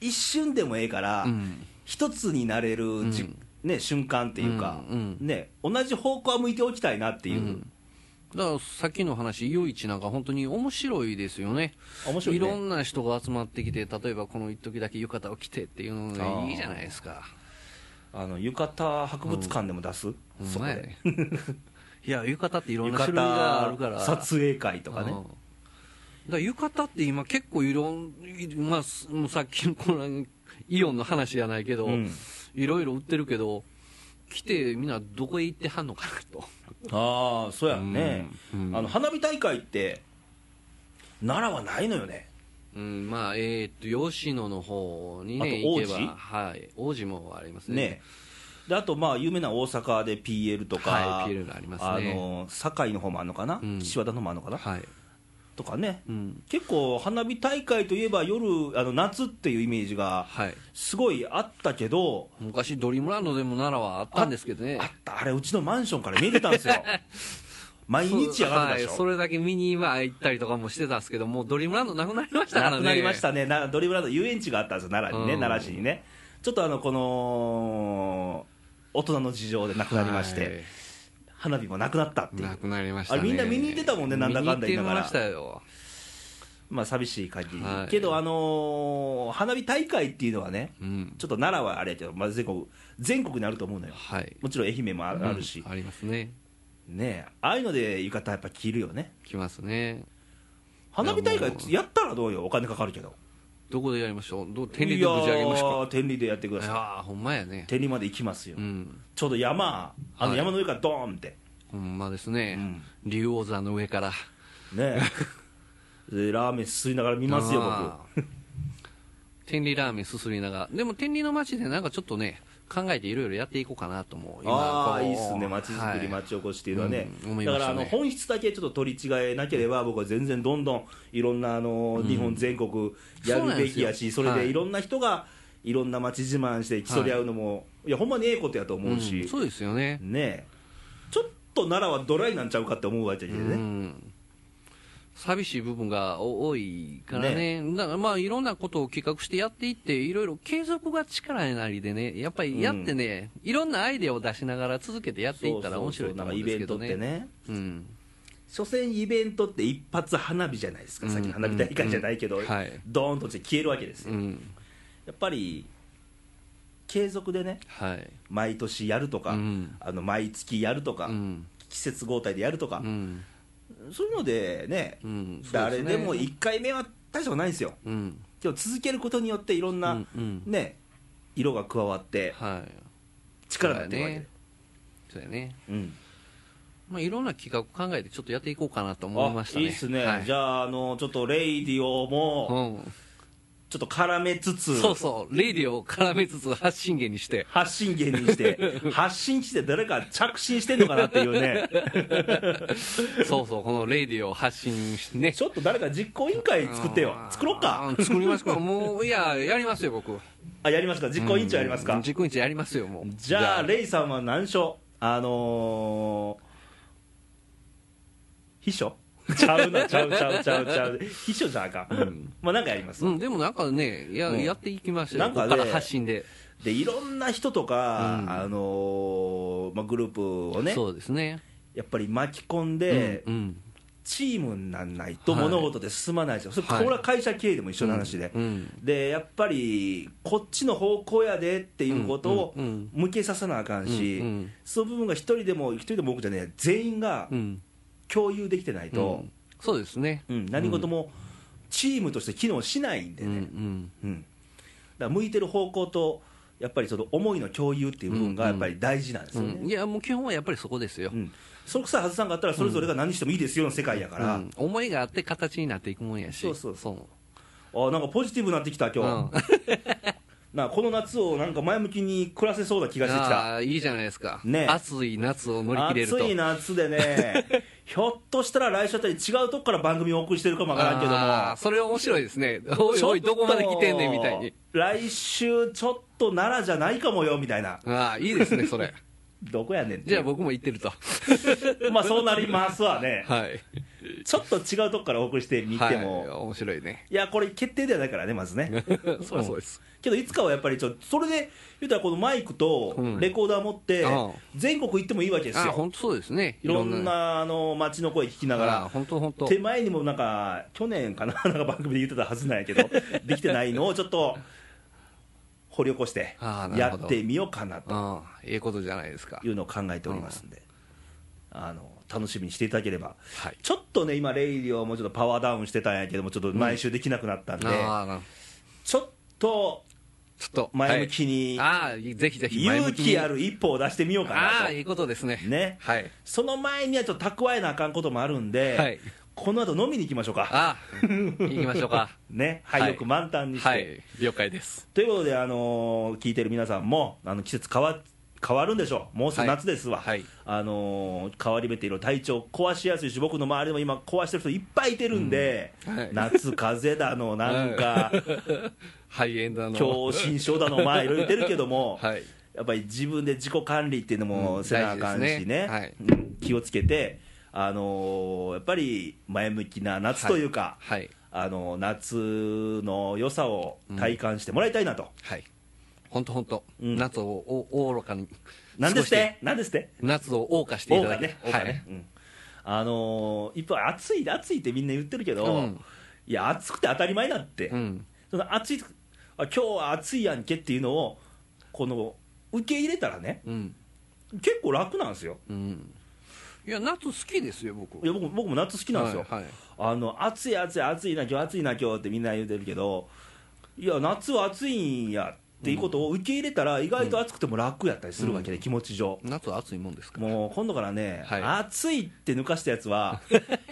Speaker 1: 一瞬でもええから、
Speaker 2: うん。
Speaker 1: 一つになれるじ、
Speaker 2: うん
Speaker 1: ね、瞬間っていうか、
Speaker 2: うんう
Speaker 1: ね、同じ方向は向いておきたいなっていう、
Speaker 2: うんだからさっきの話、夜市なんか本当に面白いですよね。
Speaker 1: 面白いね
Speaker 2: ろんな人が集まってきて、例えばこの一時だけ浴衣を着てっていうのがいいじゃないですか。
Speaker 1: あの浴衣博物館でも出す、そ
Speaker 2: そ
Speaker 1: こ
Speaker 2: う
Speaker 1: で
Speaker 2: やねいや浴衣っていろんな
Speaker 1: 浴
Speaker 2: 種類があるから
Speaker 1: 衣撮影会とかね
Speaker 2: うんだから浴衣って今結構いろん、いまあ、すもうさっきのこのイオンの話じゃないけど、
Speaker 1: うん
Speaker 2: いろいろ売ってるけど来てみんなどこへ行ってはんのかなと
Speaker 1: ああそうやんね、
Speaker 2: うんうん
Speaker 1: あの花火大会って奈良はないのよね
Speaker 2: うんまあえー、っと吉野の方に
Speaker 1: あ
Speaker 2: ね
Speaker 1: と
Speaker 2: 行け
Speaker 1: 王子
Speaker 2: ばはい王子もありますね
Speaker 1: ねであとまあ有名な大阪で PL とか、
Speaker 2: はい PL がありますね
Speaker 1: の堺の方もあるのかな、
Speaker 2: うん
Speaker 1: 岸和田の方もあるのかな、
Speaker 2: はい、
Speaker 1: とかね
Speaker 2: うん
Speaker 1: 結構花火大会といえば夜あの夏っていうイメージが
Speaker 2: はい、
Speaker 1: すごいあったけど
Speaker 2: 昔ドリームランドでも奈良はあったんですけどね
Speaker 1: あったあれうちのマンションから見えてたん
Speaker 2: [LAUGHS]
Speaker 1: ですよ毎日上がってたで
Speaker 2: はい
Speaker 1: しょ、
Speaker 2: それだけ見に今行ったりとかもしてたんですけどもうドリームランドなくなりましたから
Speaker 1: な
Speaker 2: ね
Speaker 1: くなりましたねなドリブラード遊園地があったんですよ奈良にね、
Speaker 2: うん
Speaker 1: 奈良市にねちょっとあのこの大人の事情でなくなりまして、花火もなくなったっていう
Speaker 2: なくなりましたね
Speaker 1: あれみんな見に行ってたもんねなんだかんだ言いながら
Speaker 2: 見に行ってましたよ
Speaker 1: まあ寂しい限り、
Speaker 2: はい
Speaker 1: けどあのー花火大会っていうのはね
Speaker 2: うん
Speaker 1: ちょっと奈良はあれやけど、まあ、全国全国にあると思うのよ
Speaker 2: はい
Speaker 1: もちろん愛媛もああるし、
Speaker 2: うんありますね
Speaker 1: ねえああいうので浴衣やっぱ着るよね
Speaker 2: 来ますね
Speaker 1: 花火大
Speaker 2: い
Speaker 1: 会
Speaker 2: やもう
Speaker 1: やったらどうよお金かかるけど
Speaker 2: どこでやりましょうどう天理でぶち上げまし
Speaker 1: いや
Speaker 2: ょ
Speaker 1: ー天理でやってく
Speaker 2: う
Speaker 1: だ
Speaker 2: いや
Speaker 1: さ
Speaker 2: ーほんまやね
Speaker 1: い天理まで行きますよ、
Speaker 2: うん
Speaker 1: ちょうど山あの
Speaker 2: はい
Speaker 1: 山の上からドーンって、
Speaker 2: ほんまですね、
Speaker 1: うん
Speaker 2: 竜王山の上から [LAUGHS]
Speaker 1: ねえでラーメンすすりながら見ますよ
Speaker 2: あ
Speaker 1: 僕
Speaker 2: ー天理ラーメンすすりながらでも天理の街でなんかちょっとね考えていろいろやっていこうかなと思う
Speaker 1: あ
Speaker 2: こ
Speaker 1: あ
Speaker 2: う
Speaker 1: いいっすね町づく
Speaker 2: はい
Speaker 1: り町おこしっていうのはね,、
Speaker 2: うん思い
Speaker 1: だ
Speaker 2: ま
Speaker 1: か
Speaker 2: したね
Speaker 1: らあの本質だけちょっと取り違えなければ僕は全然どんどんいろんなあの日本全国やるべきやし、そ
Speaker 2: そうなんで
Speaker 1: れで
Speaker 2: すよはい
Speaker 1: いろんな人がいろんな町自慢して競り合うのも、い、やほんまにええことやと思うし、
Speaker 2: うんそうですよね
Speaker 1: ねえちょっと奈良はドライなんちゃうかって思うわけで
Speaker 2: う
Speaker 1: ね、
Speaker 2: ん寂しい部分がお多いからねだからまあいろんなことを企画してやっていっていろいろ継続が力になりでねやっぱりやってね、いろんなアイデアを出しながら続けてやっていったら面白いと
Speaker 1: なん
Speaker 2: 思
Speaker 1: か
Speaker 2: うん
Speaker 1: イ
Speaker 2: で
Speaker 1: ベ
Speaker 2: すけ
Speaker 1: ント
Speaker 2: ど
Speaker 1: っ
Speaker 2: ね
Speaker 1: てね
Speaker 2: うん、
Speaker 1: 所詮イベントって一発花火じゃないですか、さっきの花火大会じゃないけど、
Speaker 2: うんうんはい
Speaker 1: ドーンとして消えるわけですよ、
Speaker 2: うん、
Speaker 1: やっぱり継続でね
Speaker 2: はい
Speaker 1: 毎年やるとか、
Speaker 2: うん
Speaker 1: あの毎月やるとか、
Speaker 2: うん
Speaker 1: 季節交代でやるとか
Speaker 2: う、ん
Speaker 1: そういうのでね、
Speaker 2: うんそうですね
Speaker 1: 誰でも1回目は大したことないんですよ
Speaker 2: うん
Speaker 1: けど続けることによっていろんな、
Speaker 2: うんうん
Speaker 1: ね色が加わって
Speaker 2: はい
Speaker 1: 力が出るわけで、
Speaker 2: そうやね
Speaker 1: うん
Speaker 2: まあいろんな企画考えてちょっとやっていこうかなと思いましたね
Speaker 1: あいいっすね、
Speaker 2: はい
Speaker 1: じゃああのちょっとレイディオ
Speaker 2: う
Speaker 1: も
Speaker 2: ん、
Speaker 1: ちょっと絡めつつ、
Speaker 2: そうそうレイディオを絡めつつ発信源にして
Speaker 1: 発信源にして
Speaker 2: [LAUGHS]
Speaker 1: 発信して誰か着信してんのかなっていうね
Speaker 2: そうそう、このレディオを発信してね。
Speaker 1: ちょっと誰か実行委員会作ってよ作ろうか
Speaker 2: うん。作りますか。もう、いや、やりますよ、僕。
Speaker 1: あやりますか実行委員長やりますか、
Speaker 2: うん実行委員長やりますよ、もう。
Speaker 1: じゃあ、レイさんは何勝あのー、秘
Speaker 2: [LAUGHS]
Speaker 1: 書ちゃうな、ちゃうちゃうちゃうちゃう。秘書じゃあかん。まあなんかやります。
Speaker 2: うん、でもなんかね、や、
Speaker 1: うん
Speaker 2: やっていきましょう。
Speaker 1: なんかね
Speaker 2: ここから発信で。
Speaker 1: でいろんな人とか、
Speaker 2: うん
Speaker 1: あのーまあ、グループをね
Speaker 2: そうですね、
Speaker 1: やっぱり巻き込んで、
Speaker 2: うんうん
Speaker 1: チームにならないと
Speaker 2: はい
Speaker 1: 物事で進まないですよ、そ
Speaker 2: は
Speaker 1: れ
Speaker 2: い
Speaker 1: これは会社経営でも一緒の話で、
Speaker 2: うん
Speaker 1: でやっぱりこっちの方向やでっていうことを
Speaker 2: うんうん
Speaker 1: 向けさせなあかんし、
Speaker 2: うんうん
Speaker 1: その部分が一人でも一人でも多くじゃねえ全員が
Speaker 2: うん
Speaker 1: 共有できてないと、
Speaker 2: うんそうですね、
Speaker 1: うん何事もチームとして機能しないんで
Speaker 2: う
Speaker 1: ね、
Speaker 2: んうん
Speaker 1: うんだから向いてる方向とやっぱりその思いの共有っていう部分がやっぱり大事なんです
Speaker 2: う
Speaker 1: よね、
Speaker 2: んいやもう基本はやっぱりそこですよ、
Speaker 1: うん、それこそ外さんがあったらそれぞれが何してもいいですよの世界やから、
Speaker 2: うん思いがあって形になっていくもんやし
Speaker 1: そうそう
Speaker 2: そう
Speaker 1: あなんかポジティブになってきた今日、なこの夏をなんか前向きに暮らせそうな気がしてきた
Speaker 2: ああいいじゃないですか、
Speaker 1: ね
Speaker 2: 暑い夏を乗り切れると
Speaker 1: 暑い夏でね
Speaker 2: [LAUGHS]
Speaker 1: ひょっとしたら来週あたり違うとこから番組をお送りしてるかもわからんけど
Speaker 2: あー
Speaker 1: も
Speaker 2: それは面白いですねおいおい
Speaker 1: ちょっと
Speaker 2: どこまで来てんねんみたいに
Speaker 1: 来週ちょっと奈良じゃないかもよみたいな
Speaker 2: ああいいですねそれ
Speaker 1: [LAUGHS] どこやねんって
Speaker 2: じゃあ僕も行ってると
Speaker 1: まあそうなりますわね
Speaker 2: はい
Speaker 1: ちょっと違うとこからお送りしてみても、
Speaker 2: はい、面白
Speaker 1: [LAUGHS]
Speaker 2: いね
Speaker 1: いやこれ決定ではないからねまずね
Speaker 2: そりゃそうです
Speaker 1: けどいつかはやっぱりちょっとそれで言うたらこのマイクと
Speaker 2: うん
Speaker 1: レコーダー持って
Speaker 2: ああ
Speaker 1: 全国行ってもいいわけです
Speaker 2: あ
Speaker 1: よ
Speaker 2: 本当そうですね
Speaker 1: いろんなあの街の声聞きなが
Speaker 2: あ
Speaker 1: ら
Speaker 2: 本当本当
Speaker 1: 手前にもなんか去年かな [LAUGHS] なんか番組で言ってたはずなんやけ
Speaker 2: [LAUGHS]
Speaker 1: どできてないのをちょっと掘り起こして
Speaker 2: ああなる
Speaker 1: や
Speaker 2: ほど
Speaker 1: ってみようかなと
Speaker 2: ああええことじゃないですか
Speaker 1: いうのを考えておりますんであの楽しみにしていただければ
Speaker 2: はい
Speaker 1: ちょっとね今レイディオもちょっとパワーダウンしてたんやけどもちょっと毎週できなくなったんで
Speaker 2: ああな
Speaker 1: ちょっと
Speaker 2: ちょっと
Speaker 1: 前向きに
Speaker 2: はい、ああぜひぜひ前
Speaker 1: 勇
Speaker 2: 向きに
Speaker 1: 気ある一歩を出してみようか
Speaker 2: あ
Speaker 1: な
Speaker 2: あいいことですね
Speaker 1: と、ね、
Speaker 2: はい
Speaker 1: その前にはちょっと蓄えなあかんこともあるんで、
Speaker 2: はい
Speaker 1: この後飲みに行きましょうか、
Speaker 2: ああ行きましょう
Speaker 1: [LAUGHS]
Speaker 2: か
Speaker 1: ね、廃
Speaker 2: はい
Speaker 1: 屋満タンにして。
Speaker 2: はい了解です
Speaker 1: ということで、あのー聞いてる皆さんも、あの季節変わ変わるんでしょう、もうすぐ夏ですわ、
Speaker 2: はいはい
Speaker 1: あのー変わり目っていろいろ体調壊しやすいし、僕の周りでも今、壊してる人いっぱいいてるんで、
Speaker 2: うんはい
Speaker 1: 夏、風邪だ
Speaker 2: [LAUGHS]
Speaker 1: の、なんか、
Speaker 2: 肺炎だの
Speaker 1: 狭心症だの、まあ、いろいろ言ってるけども、
Speaker 2: はい
Speaker 1: やっぱり自分で自己管理っていうの
Speaker 2: う
Speaker 1: も
Speaker 2: ん
Speaker 1: せなあかんし
Speaker 2: 大事ですね
Speaker 1: ね、
Speaker 2: はい
Speaker 1: うん気をつけて、あのーやっぱり前向きな夏というか、
Speaker 2: はい
Speaker 1: あのー夏の良さを体感してもらいたいなと、
Speaker 2: はい本当本当
Speaker 1: うん
Speaker 2: 夏をおおお愚かに
Speaker 1: なんですっ
Speaker 2: 過ご
Speaker 1: て、なんですって、
Speaker 2: 夏を謳歌してい
Speaker 1: 王
Speaker 2: ただ
Speaker 1: が
Speaker 2: き
Speaker 1: ね、王
Speaker 2: は
Speaker 1: が
Speaker 2: い
Speaker 1: ね、うんあのー、一方、暑い、暑いってみんな言ってるけど、
Speaker 2: うん
Speaker 1: いや、暑くて当たり前だって、
Speaker 2: うん
Speaker 1: その暑いあ今日は暑いやんけっていうのを、この受け入れたらね、
Speaker 2: うん
Speaker 1: 結構楽なんですよ。
Speaker 2: うんいや夏好きですよ僕
Speaker 1: いや僕も僕も夏好きなんですよ、
Speaker 2: はいはい
Speaker 1: あの暑い暑い暑いな今日暑いな今日ってみんな言うてるけどいや夏は暑いんやっていうことを受け入れたら意外と暑くても楽やったりするわけで、気持ち上
Speaker 2: 夏は暑いもんですから
Speaker 1: もう今度からね、
Speaker 2: はい
Speaker 1: 暑いって抜かしたやつ
Speaker 2: [LAUGHS]
Speaker 1: は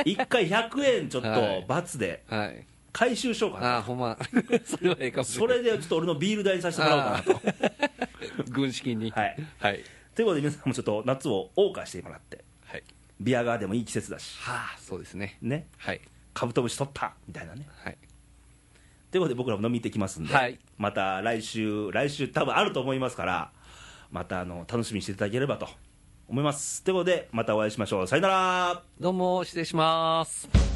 Speaker 1: 一回100円ちょっ
Speaker 2: はい
Speaker 1: と罰で
Speaker 2: はい
Speaker 1: 回収しようかな、
Speaker 2: ああほんま [LAUGHS] それはええかもし
Speaker 1: そ
Speaker 2: れない
Speaker 1: れでちょっと俺のビール代にさせてもらおうかなと
Speaker 2: [LAUGHS] 軍資金に
Speaker 1: はい
Speaker 2: はい
Speaker 1: ということで皆さんもちょっと夏を謳歌してもらって
Speaker 2: はい
Speaker 1: ビアガーでもいい季節だし
Speaker 2: はあそうですね
Speaker 1: ね
Speaker 2: はい
Speaker 1: カブトムシ取ったみたいなね
Speaker 2: はい
Speaker 1: ということで僕らも飲み行ってきますんで、
Speaker 2: はい
Speaker 1: また来週来週多分あると思いますからまたあの楽しみにしていただければと思いますということでまたお会いしましょうさよなら
Speaker 2: どうも失礼します